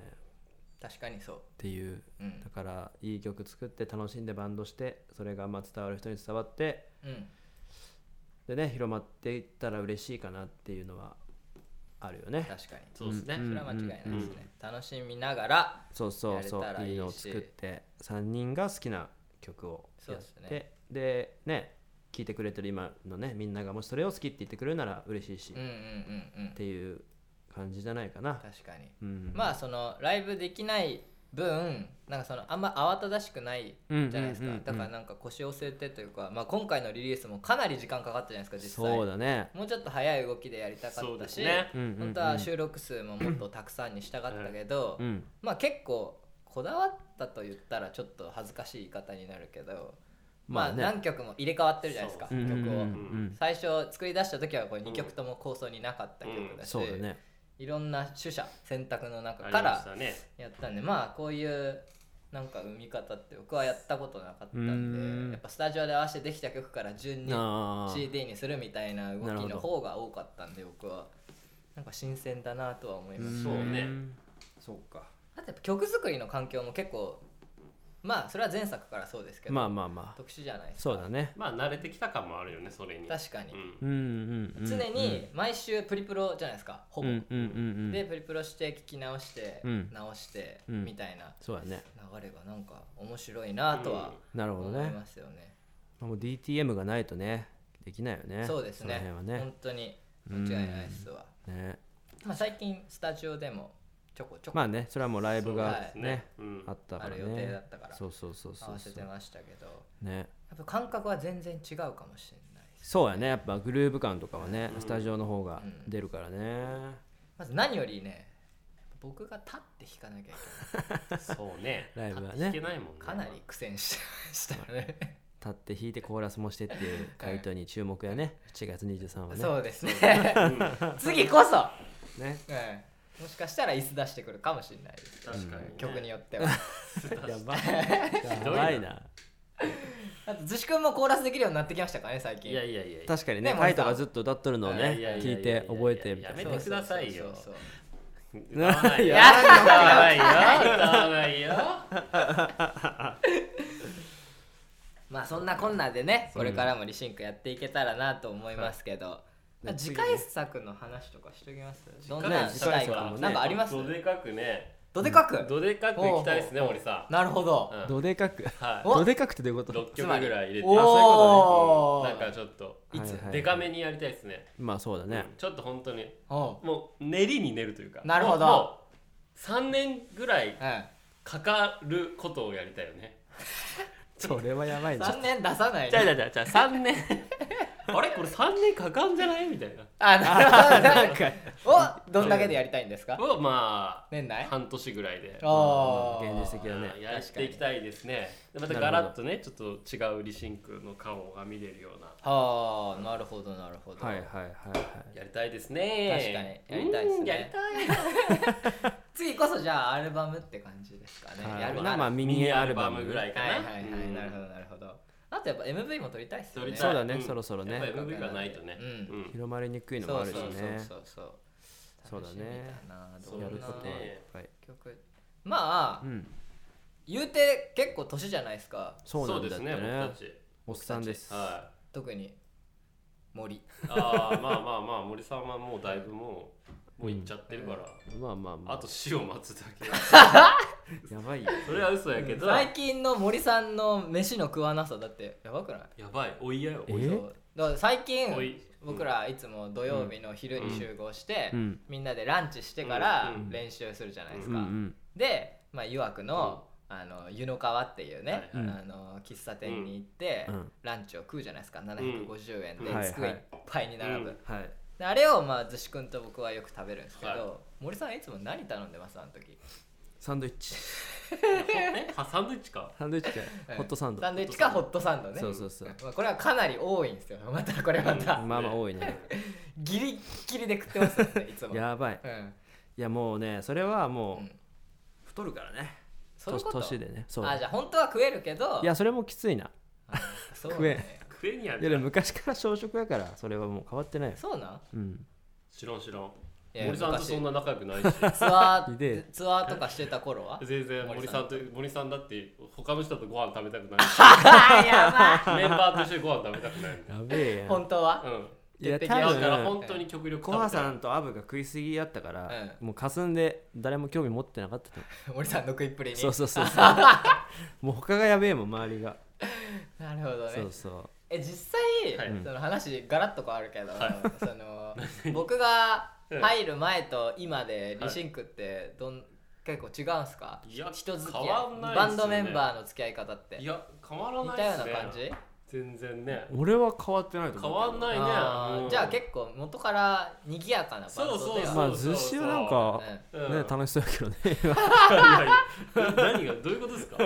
Speaker 1: 確かにそう
Speaker 3: っていう
Speaker 1: うん
Speaker 3: だからいい曲作って楽しんでバンドしてそれがまあ伝わる人に伝わって
Speaker 1: うん
Speaker 3: でね広まっていったら嬉しいかなっていうのはあるよね
Speaker 1: 確かに
Speaker 2: そうですね
Speaker 1: それは間違いないですね、楽しみながら
Speaker 3: そうそうそ
Speaker 1: やれた
Speaker 3: う
Speaker 1: らいいし
Speaker 3: いいのを作って3人が好きな曲をや
Speaker 1: そう
Speaker 3: っ
Speaker 1: で
Speaker 3: て
Speaker 1: すね
Speaker 3: でね聴いてくれてる今のねみんながもしそれを好きって言ってくれるなら嬉しいし、
Speaker 1: うんうん
Speaker 3: っ
Speaker 1: うんうん
Speaker 3: ていう感じじゃないかな、
Speaker 1: 確かに
Speaker 3: うん、
Speaker 1: まあそのライブできない分なんかそのあんま慌ただしくないじゃないですか、
Speaker 3: うんうんうんうん
Speaker 1: だからなんか腰を据えてというか、まあ、今回のリリースもかなり時間かかったじゃないですか実際
Speaker 3: そうだね
Speaker 1: もうちょっと早い動きでやりたか
Speaker 2: そう
Speaker 1: った
Speaker 2: です
Speaker 1: し、
Speaker 2: ね
Speaker 3: うんうんうん
Speaker 1: 本当は収録数ももっとたくさんにしたかったけど、
Speaker 3: うん
Speaker 1: まあ結構こだわったと言ったらちょっと恥ずかしい言い方になるけどま
Speaker 3: ま
Speaker 1: あ
Speaker 3: あね
Speaker 1: 何曲も入れ替わってるじゃないですか
Speaker 2: そ
Speaker 1: 曲
Speaker 3: うんうんう
Speaker 1: を
Speaker 3: ん
Speaker 1: 最初作り出した時はこれ2曲とも構想になかった曲だし
Speaker 3: そうだね
Speaker 1: いろんな取捨選択の中
Speaker 2: あり
Speaker 1: か
Speaker 2: まし
Speaker 1: ら
Speaker 2: たね
Speaker 1: やったんでまあこういうなんか生み方って僕はやったことなかった
Speaker 3: うんん
Speaker 1: でやっぱスタジオで合わせてできた曲から順に
Speaker 3: あー
Speaker 1: CD にするみたいな動
Speaker 3: なる
Speaker 1: き
Speaker 3: ほ
Speaker 1: の
Speaker 3: ど
Speaker 1: 方が多かったんで僕はなんか新鮮だなとは思います
Speaker 2: そうね
Speaker 3: んそうか
Speaker 1: あとやっぱ曲作りの環境も結構まあそれは前作からそうですけど、
Speaker 3: まあまあまあ
Speaker 1: 特殊じゃないですか
Speaker 3: そうだね
Speaker 2: まあ慣れてきた感もあるよねそれに
Speaker 1: 確かに、
Speaker 2: うん
Speaker 3: うんうん、うん、
Speaker 1: 常に毎週プリプロじゃないですかほ
Speaker 3: うん
Speaker 1: ぼ、
Speaker 3: うんうんうん
Speaker 1: でプリプロして聞き直して、
Speaker 3: うん
Speaker 1: 直して、
Speaker 3: うん
Speaker 1: みたいな
Speaker 3: そうだね
Speaker 1: 流れがなんか面白いなとは
Speaker 3: なるほど
Speaker 1: 思い
Speaker 3: ね
Speaker 1: ますよね,、
Speaker 3: もう DTM がないとねできないよね
Speaker 1: そうですね
Speaker 3: その辺は
Speaker 1: 本当に間違いないですわ、
Speaker 3: ねね
Speaker 1: まあ、最近スタジオでもちょこちょこ
Speaker 3: まあねそれはもうライブ
Speaker 1: そう
Speaker 3: が
Speaker 1: です
Speaker 2: ね
Speaker 3: ね
Speaker 2: うん
Speaker 3: あったか
Speaker 1: あ
Speaker 3: らね
Speaker 1: る予定だったから
Speaker 3: そうそうそうそう
Speaker 1: 合わせてましたけど
Speaker 3: ね
Speaker 1: やっぱ感覚は全然違うかもしれないです
Speaker 3: そうやねやっぱグルーヴ感とかはね、スタジオの方が出るからね、
Speaker 1: まず何よりね僕が立って弾かなきゃい
Speaker 2: そうね
Speaker 3: ライブは
Speaker 2: 弾
Speaker 3: ね
Speaker 2: け
Speaker 3: 立
Speaker 2: ないもんね
Speaker 1: けないかなり苦戦してましたね
Speaker 3: って弾いてコーラスもしてっていう回答に注目やね7月23はね
Speaker 1: そうですね
Speaker 2: [laughs]
Speaker 1: 次こそ、
Speaker 3: ね
Speaker 1: うん、もしかしたら椅子出してくるかもしれないです
Speaker 2: 確かにね
Speaker 1: 曲
Speaker 2: [laughs]
Speaker 1: によっては
Speaker 3: やばいやばいな
Speaker 1: あとずし君もコーラスできるようになってきましたからね最近
Speaker 2: いやいやいやいや
Speaker 3: 確かにね
Speaker 1: ね
Speaker 3: カイトがずっと歌っとるのを
Speaker 2: いやいや
Speaker 3: ね
Speaker 2: いやいや
Speaker 3: 聞いて覚えてみた
Speaker 2: やめ
Speaker 3: い
Speaker 2: て
Speaker 3: な
Speaker 1: そうそうそうそう
Speaker 2: くださいよ
Speaker 1: そう
Speaker 2: 歌わないよ
Speaker 1: [laughs] いや
Speaker 2: 歌わないよ歌わないよ
Speaker 1: まあそんなこんなでねこれからもリシンクやっていけたらなと思いますけど、
Speaker 3: はい
Speaker 1: 次回作の話とかしときますどん
Speaker 3: 次
Speaker 1: な
Speaker 3: 回
Speaker 1: したい
Speaker 3: 次回作
Speaker 1: か
Speaker 3: もね
Speaker 1: なんかあります
Speaker 2: どでかくね
Speaker 1: どでかく、
Speaker 2: どでかくいきたいですね
Speaker 1: ほうほう
Speaker 2: 森さ
Speaker 1: なるほど、
Speaker 2: んうん
Speaker 3: [laughs] どでかく
Speaker 2: はい
Speaker 1: お
Speaker 3: どでかくってどういうこと
Speaker 2: 6曲ぐらい入れて
Speaker 1: つまり
Speaker 2: あそ
Speaker 1: お
Speaker 2: う
Speaker 1: ー
Speaker 2: いうことねうんなんかちょっと
Speaker 1: いつ
Speaker 3: はいはい
Speaker 2: でかめにやりたいですね
Speaker 3: まあそうだね、
Speaker 2: ちょっと本当に
Speaker 1: おう
Speaker 2: もう練りに練るというか
Speaker 1: なるほど
Speaker 2: もうもう3年ぐらい
Speaker 1: うん
Speaker 2: かかることをやりたいよね
Speaker 3: それはやばいな
Speaker 1: 3年出さない
Speaker 2: じゃあ
Speaker 1: ね
Speaker 2: じゃあじゃあじゃあ3年 [laughs] あれこれ3年かかんじゃないみたいな
Speaker 1: あ
Speaker 3: [laughs]
Speaker 1: なる
Speaker 3: なんか
Speaker 1: ほどおどんだけでやりたいんですか
Speaker 2: をま
Speaker 1: 年
Speaker 2: あ
Speaker 1: 内
Speaker 2: 半年ぐらいで
Speaker 1: おー
Speaker 3: うん現実的だね
Speaker 2: うんやっていきたいですねでまたガラッとねちょっと違うリシンクの顔が見れるような
Speaker 1: はあなるほどなるほど、
Speaker 3: はいはいはいはい
Speaker 2: やりたいですね
Speaker 1: 確かにやりたいですね
Speaker 2: うんやりたい
Speaker 1: 次こそじゃあアルバムって感じですかね、
Speaker 3: はい
Speaker 1: やるな
Speaker 3: まあまあミ
Speaker 2: ミニ
Speaker 3: ニ
Speaker 2: ア
Speaker 3: ア
Speaker 2: ル
Speaker 3: ル
Speaker 2: バ
Speaker 3: バ
Speaker 2: ム
Speaker 3: ム
Speaker 2: ぐ
Speaker 3: ぐ
Speaker 2: ら
Speaker 3: ら
Speaker 2: い
Speaker 3: い
Speaker 2: か
Speaker 1: はい
Speaker 2: な
Speaker 1: はいはい、
Speaker 2: うん
Speaker 1: なるほどなるほどあとやっぱ MV も撮りたいっすよ
Speaker 2: 撮り
Speaker 1: ね
Speaker 2: たい
Speaker 3: そうだね、
Speaker 2: うん
Speaker 3: そろそろ
Speaker 2: やっぱ
Speaker 3: ね
Speaker 2: MV がないとね
Speaker 1: うん
Speaker 2: うん
Speaker 3: 広まりにくいの
Speaker 1: そ
Speaker 3: も
Speaker 1: う
Speaker 3: あ
Speaker 1: そ
Speaker 3: る
Speaker 1: う
Speaker 3: し
Speaker 1: そう
Speaker 3: ね
Speaker 1: そうそう
Speaker 3: そうだね
Speaker 1: 楽しみ
Speaker 2: う
Speaker 1: だな
Speaker 3: や
Speaker 1: ど
Speaker 3: る
Speaker 1: んな
Speaker 3: ことはいっぱい
Speaker 1: 曲まあ、
Speaker 3: うん
Speaker 1: 言うて結構年じゃないですか
Speaker 3: そうなんだ
Speaker 2: です
Speaker 3: よ
Speaker 2: ね
Speaker 3: ね
Speaker 2: 僕たち
Speaker 3: おっさんです
Speaker 2: はい
Speaker 1: 特に森
Speaker 2: ああまあまあまあ森さんはもうだいぶももう行っちゃってるから、
Speaker 3: まあまあまあ
Speaker 2: あと死を待つだけ
Speaker 3: やばいよ
Speaker 2: [laughs] それは嘘やけど、
Speaker 1: 最近の森さんの飯の食わなさだってやばくない
Speaker 2: やばいおいやよ
Speaker 3: え
Speaker 1: そうだから最
Speaker 2: お
Speaker 1: 近
Speaker 2: い
Speaker 1: 僕らいつも土曜日の昼に集合して、
Speaker 3: うん
Speaker 1: みんなでランチしてから
Speaker 2: うん
Speaker 1: 練習するじゃないです
Speaker 3: う
Speaker 1: か、
Speaker 3: んうん
Speaker 1: で、まあ、湯涌の,、あの湯の川っていうね、
Speaker 2: はい
Speaker 3: はい
Speaker 1: あの喫茶店に行って、
Speaker 3: うん
Speaker 1: ランチを食うじゃないですか750円で、
Speaker 2: うん
Speaker 1: 机いっぱいに並ぶ、
Speaker 2: はいはい
Speaker 3: はい
Speaker 1: であれをまあ逗子くんと僕はよく食べるんですけど、
Speaker 2: はい
Speaker 1: 森さんいつも何頼んでますあの時
Speaker 3: サンドイッチ [laughs]
Speaker 2: [laughs] えはサンドイッチか
Speaker 3: サンドイッチか
Speaker 1: うん
Speaker 3: ホットサンド
Speaker 1: サンドイッチかホットサンドね
Speaker 3: そうそうそう
Speaker 1: まあ、これはかなり多いんですよ [laughs] またこれまた、
Speaker 3: まあまあ多いね
Speaker 1: ギリッギリで食ってますよ
Speaker 3: [laughs]
Speaker 1: ねいつも
Speaker 3: やばい
Speaker 1: うん
Speaker 3: いやもうねそれはも
Speaker 1: う
Speaker 3: うん太るからね
Speaker 1: そういうこと
Speaker 3: 年でねそう
Speaker 1: あじゃあ本当は食えるけど
Speaker 3: いやそれもきついな
Speaker 1: そうなん
Speaker 3: 食えん
Speaker 1: ね
Speaker 2: 食えにや
Speaker 3: いや
Speaker 2: る
Speaker 3: でも昔から小食やからそれはもう変わってないよ
Speaker 1: そうなん
Speaker 3: うん
Speaker 2: 知らん知らん
Speaker 1: いや
Speaker 2: 森さんと
Speaker 1: 昔
Speaker 2: そんな仲良くないし
Speaker 1: ツア
Speaker 3: [laughs] ひでえ
Speaker 1: ーツアーとかしてた頃
Speaker 2: [laughs]
Speaker 1: は
Speaker 2: 全然
Speaker 1: 森
Speaker 2: 森
Speaker 1: さ
Speaker 2: さ
Speaker 1: ん
Speaker 2: んと森さんだって他の人とご飯食べたくないし
Speaker 1: [laughs] あやば
Speaker 2: メンバーと一緒にご飯食べたくない
Speaker 3: やべえや
Speaker 1: い
Speaker 3: ん
Speaker 1: 本当は
Speaker 2: うん
Speaker 3: いや
Speaker 1: 徹
Speaker 3: 多
Speaker 1: 底的に
Speaker 2: だから
Speaker 3: 分
Speaker 2: 本当に極力食
Speaker 3: コ
Speaker 2: べた
Speaker 3: ハ
Speaker 2: い
Speaker 3: さんとアブが食いすぎやったから、もうかすんで誰も興味持ってなかったと思
Speaker 1: 森さんの食いっぷり
Speaker 3: う
Speaker 1: に
Speaker 3: そうそうそうそうもう他がやべえもん周りが、
Speaker 1: なるほど
Speaker 3: そ
Speaker 1: ね
Speaker 3: うそ
Speaker 1: え実際、
Speaker 2: はい
Speaker 1: その話ガラッと変わるけど、
Speaker 2: はい
Speaker 1: その
Speaker 2: [laughs]
Speaker 1: 僕が
Speaker 2: うん
Speaker 1: 入る前と今でリシンクってどん、結構違うんすか
Speaker 2: いや
Speaker 1: 人付き合い
Speaker 2: 変わんないっすよね
Speaker 1: バンドメンバーの付き合い方って
Speaker 2: い
Speaker 1: 似
Speaker 2: や変わらない
Speaker 1: たよう
Speaker 2: っ
Speaker 1: な
Speaker 2: すね
Speaker 1: 感じ
Speaker 2: 全然ね
Speaker 3: う俺は変わってないと
Speaker 2: 変
Speaker 3: 思う
Speaker 2: わんないね
Speaker 1: あー
Speaker 2: うん
Speaker 1: じゃあ結構元から賑やかなバンドでは
Speaker 2: そ
Speaker 3: ま
Speaker 2: うそ
Speaker 3: あ
Speaker 2: うそう
Speaker 3: 寿司はなんか、
Speaker 2: うん
Speaker 3: ね楽しそうやけどね
Speaker 2: いやいや何がどういうことですか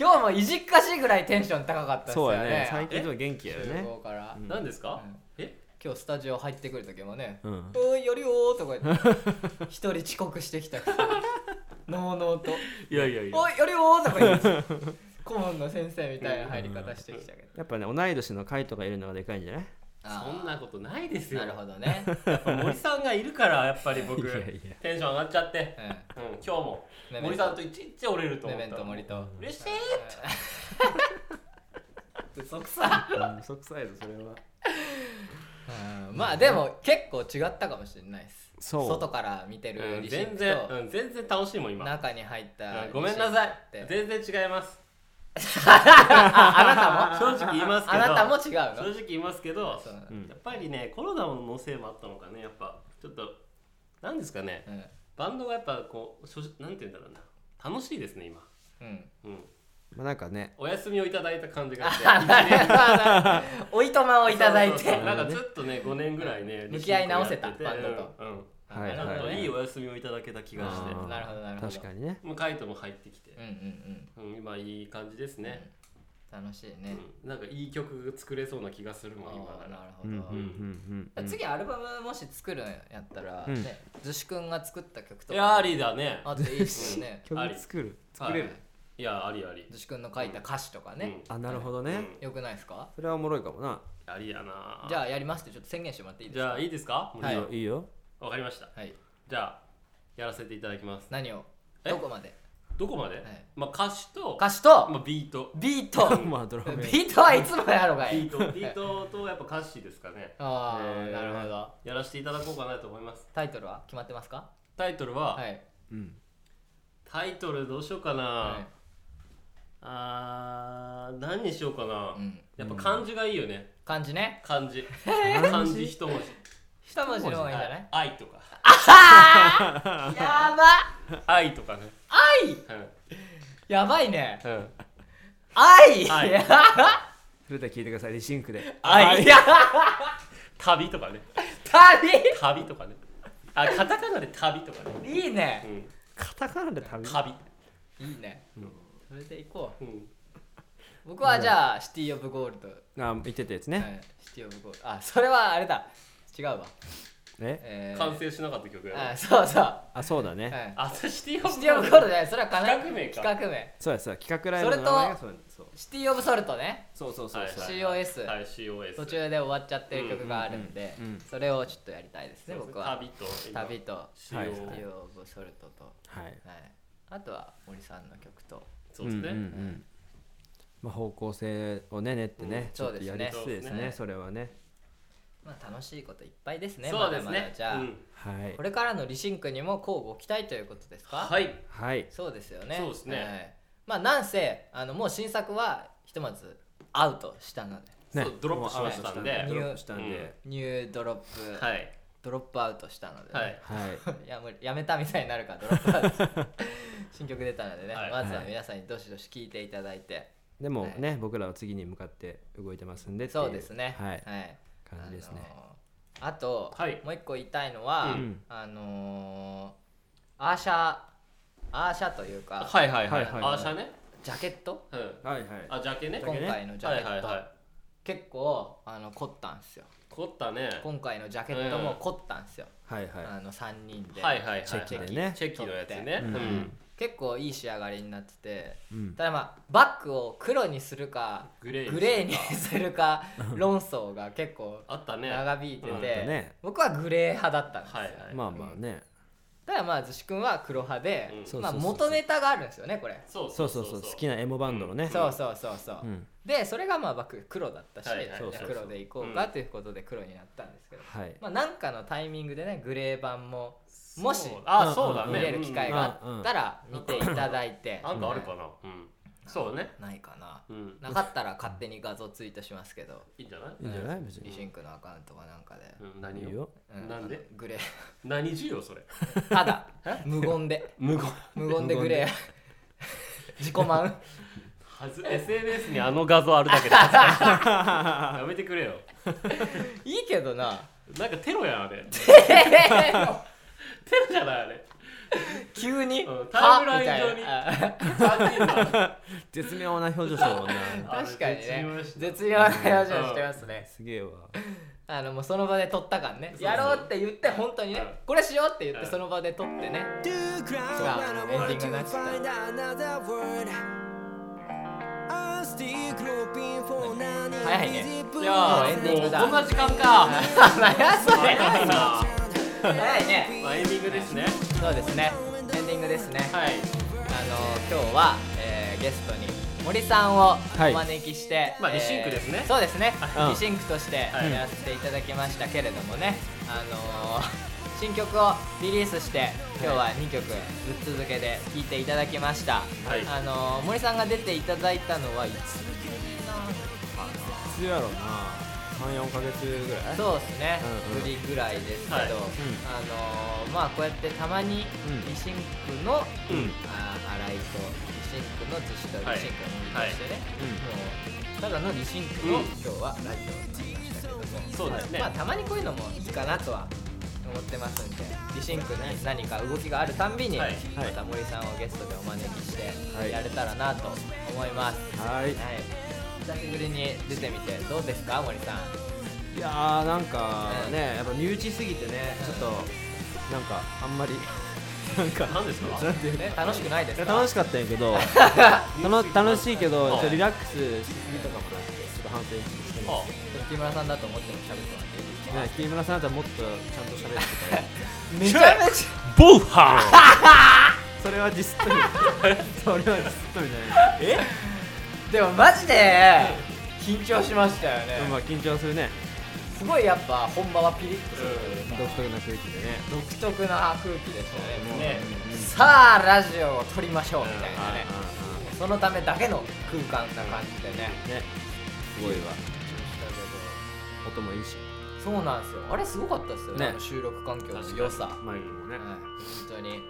Speaker 1: 今日もいじっかしいぐらいテンション高かったです
Speaker 3: そ
Speaker 1: よ
Speaker 3: う
Speaker 1: ね
Speaker 3: やね最
Speaker 1: え
Speaker 3: 近でも元気やよ
Speaker 1: 集
Speaker 3: ね
Speaker 1: 合から、
Speaker 3: う
Speaker 2: [laughs]
Speaker 3: ん
Speaker 2: 何ですか
Speaker 1: うん
Speaker 2: え
Speaker 1: 今日スタジオ入ってくる時もね「
Speaker 3: うん
Speaker 1: おーいやるよ」とか言って一人遅刻してきたくせにのうのうと
Speaker 2: いやいや
Speaker 1: 「
Speaker 2: いや
Speaker 1: おいやるよ」とか言って顧問の先生みたいな入り方してきたけど、
Speaker 3: やっぱね同い年の海とかいるのがでかいんじゃない
Speaker 1: あ
Speaker 2: そ
Speaker 1: ー
Speaker 2: んなことないですよ
Speaker 1: なるほどね、
Speaker 2: やっぱ森さんがいるからやっぱり
Speaker 1: [laughs]
Speaker 2: 僕
Speaker 3: いやいや
Speaker 2: テンション上がっちゃって
Speaker 1: う、ん
Speaker 2: うん、今日も
Speaker 1: メメント
Speaker 2: 森さんと一日折れると
Speaker 1: メ
Speaker 2: 思っ
Speaker 1: メ
Speaker 2: た
Speaker 1: ント森と
Speaker 2: 嬉しい
Speaker 1: 嘘くさ
Speaker 3: うん嘘くさいぞそれは
Speaker 1: うんまあでも結構違ったかもしれないです
Speaker 3: そう
Speaker 1: 外から見てる
Speaker 2: うん
Speaker 1: リシッ
Speaker 2: 全
Speaker 1: ク
Speaker 2: 然、
Speaker 1: と
Speaker 2: うん、全然楽しいもん今、
Speaker 1: 中に入った
Speaker 2: うんごめんなさい
Speaker 1: リシックって
Speaker 2: 全然違います
Speaker 1: ああなたも
Speaker 2: 正直言いますけ
Speaker 1: あ
Speaker 2: ど
Speaker 1: なたも違
Speaker 2: 正
Speaker 1: うの
Speaker 2: 直言いますけど
Speaker 1: そうなんだ
Speaker 3: うん
Speaker 2: やっぱりねコロナのせいもあったのかねやっぱちょっとなんですかね
Speaker 1: うん
Speaker 2: バンドがやっぱこうしょなんて言うんだろうな楽しいですね今、 [laughs]
Speaker 1: うん
Speaker 2: うん、
Speaker 3: まあなんかね
Speaker 2: お休みをいただいた感じがして
Speaker 1: [laughs] おいとまをいただい
Speaker 2: そうそうそう
Speaker 1: て
Speaker 2: なんかちょっとね5年ぐらいね
Speaker 1: 向き合い直せた
Speaker 2: リシンク
Speaker 1: バ
Speaker 2: やっ
Speaker 1: ン
Speaker 2: て
Speaker 1: ド
Speaker 2: て
Speaker 1: と
Speaker 2: うんうん
Speaker 3: はい
Speaker 1: なるほ
Speaker 2: ちょっ
Speaker 1: ど
Speaker 2: と
Speaker 1: ね
Speaker 2: いいお休みをいただけた気がして
Speaker 3: あー
Speaker 1: なるほどなるほど
Speaker 3: 確かにね
Speaker 2: もうカイトも入ってきて
Speaker 1: うん、うん
Speaker 2: うん、今いい感じです
Speaker 1: うん
Speaker 2: ね、
Speaker 1: 楽しい
Speaker 2: うん
Speaker 1: ね
Speaker 2: なんかいい曲作れそうな気がするもん今
Speaker 1: あー
Speaker 2: なら
Speaker 1: なるほ
Speaker 3: うん
Speaker 1: ど
Speaker 3: うんうん
Speaker 1: 次アルバムもし作るんやったら
Speaker 3: うん
Speaker 1: ね逗子くんが作った曲と
Speaker 2: いやあ
Speaker 1: か
Speaker 2: りだね
Speaker 1: あっていいですよね
Speaker 2: あ
Speaker 3: [laughs] 曲
Speaker 2: り
Speaker 3: 作る
Speaker 2: 作れるいやありあり
Speaker 1: 逗子くんの書いた歌詞とかね
Speaker 3: あなるほど
Speaker 2: うん
Speaker 3: ね
Speaker 1: よくないですか
Speaker 3: それはおもろいかもな
Speaker 2: ありやな
Speaker 1: じゃあやりますってちょっと宣言してもらっていいです
Speaker 2: じ
Speaker 1: か
Speaker 2: ゃあいいですか
Speaker 1: はいいい
Speaker 2: いよ
Speaker 1: よ
Speaker 3: いいよ
Speaker 2: わかりました
Speaker 1: はい
Speaker 2: じゃあやらせていただきます
Speaker 1: 何を
Speaker 2: え
Speaker 1: どこまで
Speaker 2: どこまで、
Speaker 1: い
Speaker 2: まあ歌詞と
Speaker 1: 歌詞と
Speaker 2: [laughs] まあ、ビート
Speaker 1: ビート
Speaker 3: [laughs] まあドラムや
Speaker 1: ビートはいつもやろがい
Speaker 2: ビートビートとやっぱ歌詞ですかね
Speaker 1: ああ
Speaker 2: えー
Speaker 1: なるほど
Speaker 2: やらせていただこうかなと思います
Speaker 1: タイトルは決まってますか
Speaker 2: タイトルは、
Speaker 1: はい
Speaker 3: うん
Speaker 2: タイトルどうしようかな、
Speaker 1: は
Speaker 2: あー何にしようかな、
Speaker 1: いうん
Speaker 2: やっぱ漢字がいいよね
Speaker 1: 漢字ね
Speaker 2: 漢字漢
Speaker 3: 漢
Speaker 2: 字
Speaker 3: 字
Speaker 2: 一文字
Speaker 1: 一文字の方がいいんじゃない
Speaker 2: 愛とか
Speaker 1: やば
Speaker 2: 愛とかね
Speaker 1: 愛
Speaker 2: う
Speaker 1: やばいね
Speaker 2: ん、うん、
Speaker 1: 愛
Speaker 2: 愛
Speaker 1: やば
Speaker 3: 古田聞いてくださいリシンクで
Speaker 1: 愛
Speaker 2: 愛
Speaker 1: や
Speaker 2: 旅とかね
Speaker 1: 旅
Speaker 2: 旅とかねあカタカナで旅とかね
Speaker 1: いいね
Speaker 2: う
Speaker 3: カタカナで
Speaker 2: ん
Speaker 3: 旅
Speaker 2: 旅
Speaker 1: いいねそれでいこ
Speaker 2: うん
Speaker 1: う僕はじゃあシティ・オブ・ゴールド
Speaker 3: あ言ってたやつ
Speaker 1: う
Speaker 3: ね
Speaker 1: んシティ・オブ・ゴールドあそれはあれだ違うわ
Speaker 3: え
Speaker 1: えー
Speaker 2: 完成しなかった曲や
Speaker 1: あ
Speaker 2: ね
Speaker 1: そうそう
Speaker 3: あそうだ
Speaker 1: う
Speaker 3: ね
Speaker 1: ん
Speaker 2: あそれシティオブ
Speaker 1: シティ・オブ・ゴールドじゃないそれはかな
Speaker 2: 企画名か
Speaker 1: 企画名
Speaker 3: そうやそうや企画ライブの名前がそうやそう
Speaker 1: シティ・オブ・ソルトね
Speaker 3: そうそうそう
Speaker 2: はい
Speaker 3: そう
Speaker 2: はいはい
Speaker 1: COS
Speaker 2: はい COS
Speaker 1: 途中で終わっちゃってる曲があるんで
Speaker 3: うんうんうん
Speaker 1: それをちょっとやりたいですね僕は
Speaker 2: 旅と今
Speaker 1: 旅と
Speaker 3: はい
Speaker 2: CO
Speaker 1: シティ・オブ・ソルトと
Speaker 3: はい
Speaker 1: はいあとは森さんの曲と
Speaker 2: そうですね、
Speaker 3: んんんまあ方向性をね練ってねちょっとやりつつです
Speaker 2: そうです
Speaker 1: ね
Speaker 3: ねそれはね
Speaker 1: まあ、楽しいこといっぱいですね
Speaker 2: そうです
Speaker 1: まだまだ
Speaker 2: ね
Speaker 1: じゃあ、
Speaker 2: うん
Speaker 3: はい
Speaker 1: これからのリシンクにもこうご期待ということですか
Speaker 2: はい
Speaker 3: はい
Speaker 1: そうですよね
Speaker 2: そうですね
Speaker 1: はいまあなんせあのもう新作はひとまずアウトしたので
Speaker 2: そうドロップしましたんで
Speaker 3: もうアウトドロップしたんで、
Speaker 1: ニュードロップ、
Speaker 2: はい
Speaker 1: ドロップアウトしたので、
Speaker 2: はい
Speaker 3: はい
Speaker 1: やむやめたみたいになるからドロップアウト新曲出たのでね、
Speaker 2: はい
Speaker 1: まずは皆さんにどしどし聴いていただいて、
Speaker 3: でも [laughs] ね、僕らは次に向かって動いてますんでってい
Speaker 1: そうですね
Speaker 3: はい、
Speaker 1: はい
Speaker 3: 感じですね
Speaker 1: あのーあと、
Speaker 2: はい
Speaker 1: もう一個言いたいのは、
Speaker 2: うん
Speaker 1: あのー、アーシャアーシャというか、
Speaker 2: はいはいはい
Speaker 3: はいはいはい
Speaker 2: あーシャね
Speaker 1: ジャケット
Speaker 2: うん
Speaker 3: はいはい
Speaker 2: あジャケね
Speaker 3: ャケね
Speaker 1: 今回のジャ
Speaker 2: は
Speaker 1: ケッ
Speaker 2: い
Speaker 1: ト、
Speaker 2: はいはい
Speaker 1: 結構あの凝ったんすよ
Speaker 2: 凝ったね
Speaker 1: 今回のジャケットも凝ったんすよ、
Speaker 3: はいはい
Speaker 1: あの3人で、
Speaker 2: はいはいはい
Speaker 3: チェキでね
Speaker 2: チェキのやつね
Speaker 3: う
Speaker 2: うんん
Speaker 1: 結構いい仕上がりになってて
Speaker 3: うん
Speaker 1: ただまあバッグを黒にするか
Speaker 2: グレー
Speaker 1: グレーにするか論争が結構
Speaker 2: あったね
Speaker 1: 長引いてて、
Speaker 2: うん
Speaker 3: ね
Speaker 1: 僕はグレー派だったんですよ、
Speaker 2: はいはい
Speaker 3: まあまあね、
Speaker 1: ただまあ逗子君は黒派で
Speaker 2: うん、
Speaker 3: そう
Speaker 1: ま
Speaker 3: そう
Speaker 1: あ、
Speaker 3: そうそう
Speaker 1: 元ネタがあるんですよねこれ
Speaker 2: そう
Speaker 3: そうそうそう好きなエモバンドのね、
Speaker 1: そうそうそうそう、
Speaker 3: うん
Speaker 1: でそれがまあ僕黒だったし、
Speaker 2: はいはい
Speaker 3: そうそうそう
Speaker 1: 黒でいこうかということで黒になったんですけど、
Speaker 3: はい
Speaker 1: まあ、なんかのタイミングでねグレー版も
Speaker 2: そう
Speaker 1: もし
Speaker 2: あそうだね
Speaker 1: 見れる機会があったら見ていただいて、
Speaker 2: うんなんかあるかなうんそうね
Speaker 1: ないかな
Speaker 2: うん
Speaker 1: なかったら勝手に画像ツイートしますけど、
Speaker 2: いいんじゃない
Speaker 3: いいんじゃない別
Speaker 1: リ
Speaker 3: に
Speaker 1: シンクのアカウントかなんかで、
Speaker 2: うん
Speaker 3: い
Speaker 2: 何
Speaker 3: い
Speaker 2: を
Speaker 3: よ
Speaker 1: う
Speaker 2: なんで
Speaker 1: グレー
Speaker 2: 何需要それ
Speaker 1: ただ無言
Speaker 2: [laughs]
Speaker 1: で
Speaker 2: 無言
Speaker 1: 無言でグレー [laughs] 自己
Speaker 2: [laughs]
Speaker 1: 満
Speaker 2: はず SNS にあの画像あるだけでやめてくれよ
Speaker 1: いいけどな
Speaker 2: なんかテロやんあれテロじゃないあれ
Speaker 1: [laughs] 急に、
Speaker 2: うんタイムライン上に
Speaker 1: はみたいな
Speaker 3: [laughs] 絶妙な表情してるもんな
Speaker 1: 確かにね
Speaker 2: あれ絶
Speaker 1: 絶妙な表情してますね、
Speaker 3: すげえわ
Speaker 1: あのもうその場で撮った感ね
Speaker 2: そうそう
Speaker 1: やろうって言って本当にね
Speaker 2: うん
Speaker 1: これしようって言って
Speaker 2: うん
Speaker 1: その場で撮ってね
Speaker 4: to ground
Speaker 1: Wow,
Speaker 4: and I want
Speaker 1: amazing,
Speaker 4: to
Speaker 1: that's-
Speaker 4: find another word. I'm still groping for
Speaker 1: 早いね
Speaker 4: non-invisible
Speaker 1: いやーエンディングだ
Speaker 2: こんな時間か
Speaker 1: [laughs] 早それ
Speaker 2: 早いな
Speaker 1: 早いね
Speaker 2: まあエンディングですね
Speaker 1: そうですねエンディングですね
Speaker 2: はい
Speaker 1: あの今日は、えーゲストに森さんを
Speaker 3: はい
Speaker 1: お招きして、
Speaker 2: まあ
Speaker 1: えー
Speaker 2: リシンクですね
Speaker 1: そうですね、
Speaker 3: うん
Speaker 1: リシンクとして
Speaker 2: はい
Speaker 1: やらせていただきましたけれどもね、あのー新曲をリリースして今日は2曲ぶっ続けで聴いていただきました、
Speaker 2: はい
Speaker 1: あのー森さんが出ていただいたのはいつ
Speaker 3: 普通やろうな34か月ぐらい
Speaker 1: そうですね、
Speaker 3: うんうん
Speaker 1: ぶりぐらいですけど、
Speaker 2: はいう
Speaker 1: あ
Speaker 2: ん
Speaker 1: のーまあこうやってたまに
Speaker 3: うん
Speaker 1: リシンクの、
Speaker 2: うん
Speaker 1: あー新井とリシンクの寿司と
Speaker 2: はい
Speaker 1: リシンクの森としてね、もうただのリシンク
Speaker 2: う
Speaker 1: の
Speaker 2: ん
Speaker 1: 今日はラジオになりましたけども、
Speaker 2: そうですね
Speaker 1: まあたまにこういうのもいいかなとは思ってますんでリシンクに何か動きがあるたんびに、
Speaker 2: はい
Speaker 1: また森さんをゲストでお招きし
Speaker 3: は
Speaker 1: て
Speaker 3: い
Speaker 1: やれたらなと思います、
Speaker 3: はい
Speaker 1: はい、久しぶりに出てみてどうですか森さん
Speaker 3: いやーなんかねやっぱ身内すぎてねちょっとなんかあんまりなんか
Speaker 2: 何ですか
Speaker 3: なんていうか
Speaker 1: え楽しくないですか
Speaker 3: 楽しかったんや
Speaker 1: [laughs]
Speaker 3: けどたの楽しいけどちょっとリラックスしすぎとかもあってちょっと反省して
Speaker 2: あ
Speaker 3: ます
Speaker 1: 木村さんだと思っても喋ってもらっていいですか
Speaker 3: ね、木村さんだったらもっとちゃんと喋って
Speaker 1: [laughs]
Speaker 3: たら
Speaker 1: めちゃめち
Speaker 2: ボーハ
Speaker 3: それはデ
Speaker 1: [laughs]
Speaker 3: ィスっとるそれはディスっとるじゃない
Speaker 1: ゃでもマジで緊張しましたよね、
Speaker 3: まあ緊張するね
Speaker 1: すごいやっぱ本場はピリッとする
Speaker 3: 独特な空気でね
Speaker 1: 独特な空気でしたねもう
Speaker 2: ね
Speaker 1: さあラジオを撮りましょうみたいなね、
Speaker 3: う
Speaker 1: そのためだけの空間な感じでね、
Speaker 3: んねすごいわ音もいいし
Speaker 1: そうなんですよあれすごかったですよね
Speaker 3: ね
Speaker 1: あの収録環境の良さ、はい、
Speaker 3: マイクもね
Speaker 1: 本当に
Speaker 3: うん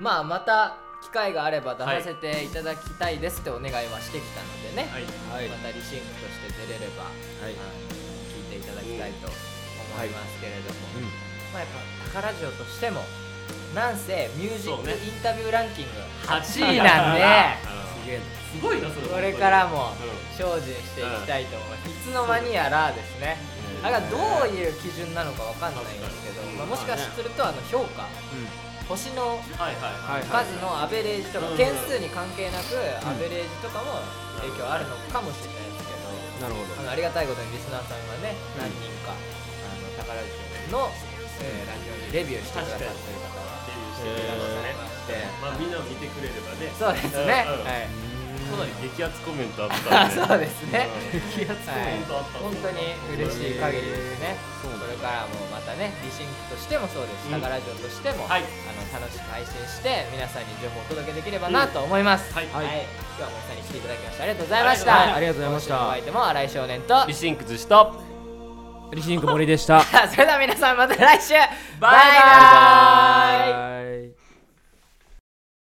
Speaker 1: まあまた機会があれば出させていただきたいですってお願いはしてきたのでね、
Speaker 2: はい
Speaker 3: はい
Speaker 1: またリシンクとして出れれば、
Speaker 3: は
Speaker 1: あ
Speaker 3: い
Speaker 1: の聞いていただきたいと思いますけれども、
Speaker 3: うん
Speaker 1: まあ、やっぱ宝城としてもなんせミュージッ
Speaker 2: そう
Speaker 1: ク
Speaker 2: ね
Speaker 1: インタビューランキング8
Speaker 2: 8
Speaker 1: 位
Speaker 2: 位
Speaker 1: な
Speaker 2: なんん
Speaker 1: で
Speaker 2: です
Speaker 3: すげえな
Speaker 2: ごいなそれ
Speaker 1: これからも
Speaker 2: も
Speaker 1: 精進していきたいと思います、いつの間にやらですね
Speaker 3: うん
Speaker 1: だからどういう基準なのかわかんないんですけど、
Speaker 2: うん
Speaker 1: まあ、もしかするとあの評価
Speaker 3: うん
Speaker 1: 星の
Speaker 2: はいは
Speaker 3: はいはい
Speaker 1: 数のアベレージとか
Speaker 2: うん
Speaker 1: 点数に関係なくアベレージとかも影響あるのかもしれないですけど、
Speaker 3: なるほ
Speaker 1: あ
Speaker 3: ど
Speaker 1: のありがたいことにリスナーさんがね、
Speaker 3: うん
Speaker 1: 何人かあの宝塚の、えーラジオにレビューしてくださってる方が
Speaker 2: いデビ
Speaker 1: い
Speaker 2: ューしてくれ
Speaker 1: ら
Speaker 2: ま
Speaker 1: っしゃ
Speaker 2: す
Speaker 1: い
Speaker 2: ね
Speaker 1: まして、
Speaker 2: まあみんな見てくれればね
Speaker 1: そうですね、
Speaker 2: うんうん
Speaker 1: はい、
Speaker 2: か
Speaker 3: う
Speaker 2: なり激アツコメントあった
Speaker 1: あ
Speaker 2: ん
Speaker 1: [laughs] そうで
Speaker 2: で
Speaker 1: すね
Speaker 3: 激アツコメントあった
Speaker 1: 本当に嬉しい限りですねこれからもまたねリシンクとしてもそうですしタ
Speaker 2: うん
Speaker 1: カラジオとしても、
Speaker 2: はい
Speaker 1: あの楽しく配信して皆さんに情報をお届けできればなと思います、
Speaker 2: はい
Speaker 1: はい今日は森さんに来ていただきましてありがとうございました、
Speaker 2: はい
Speaker 3: ありがとうございました
Speaker 1: 今週のお相手も新井少年と
Speaker 2: リシンクズと
Speaker 3: リ
Speaker 1: [laughs]
Speaker 3: シンク森でした
Speaker 1: それでは皆さんまた来週バイバ
Speaker 2: バイバ
Speaker 1: イ
Speaker 3: イ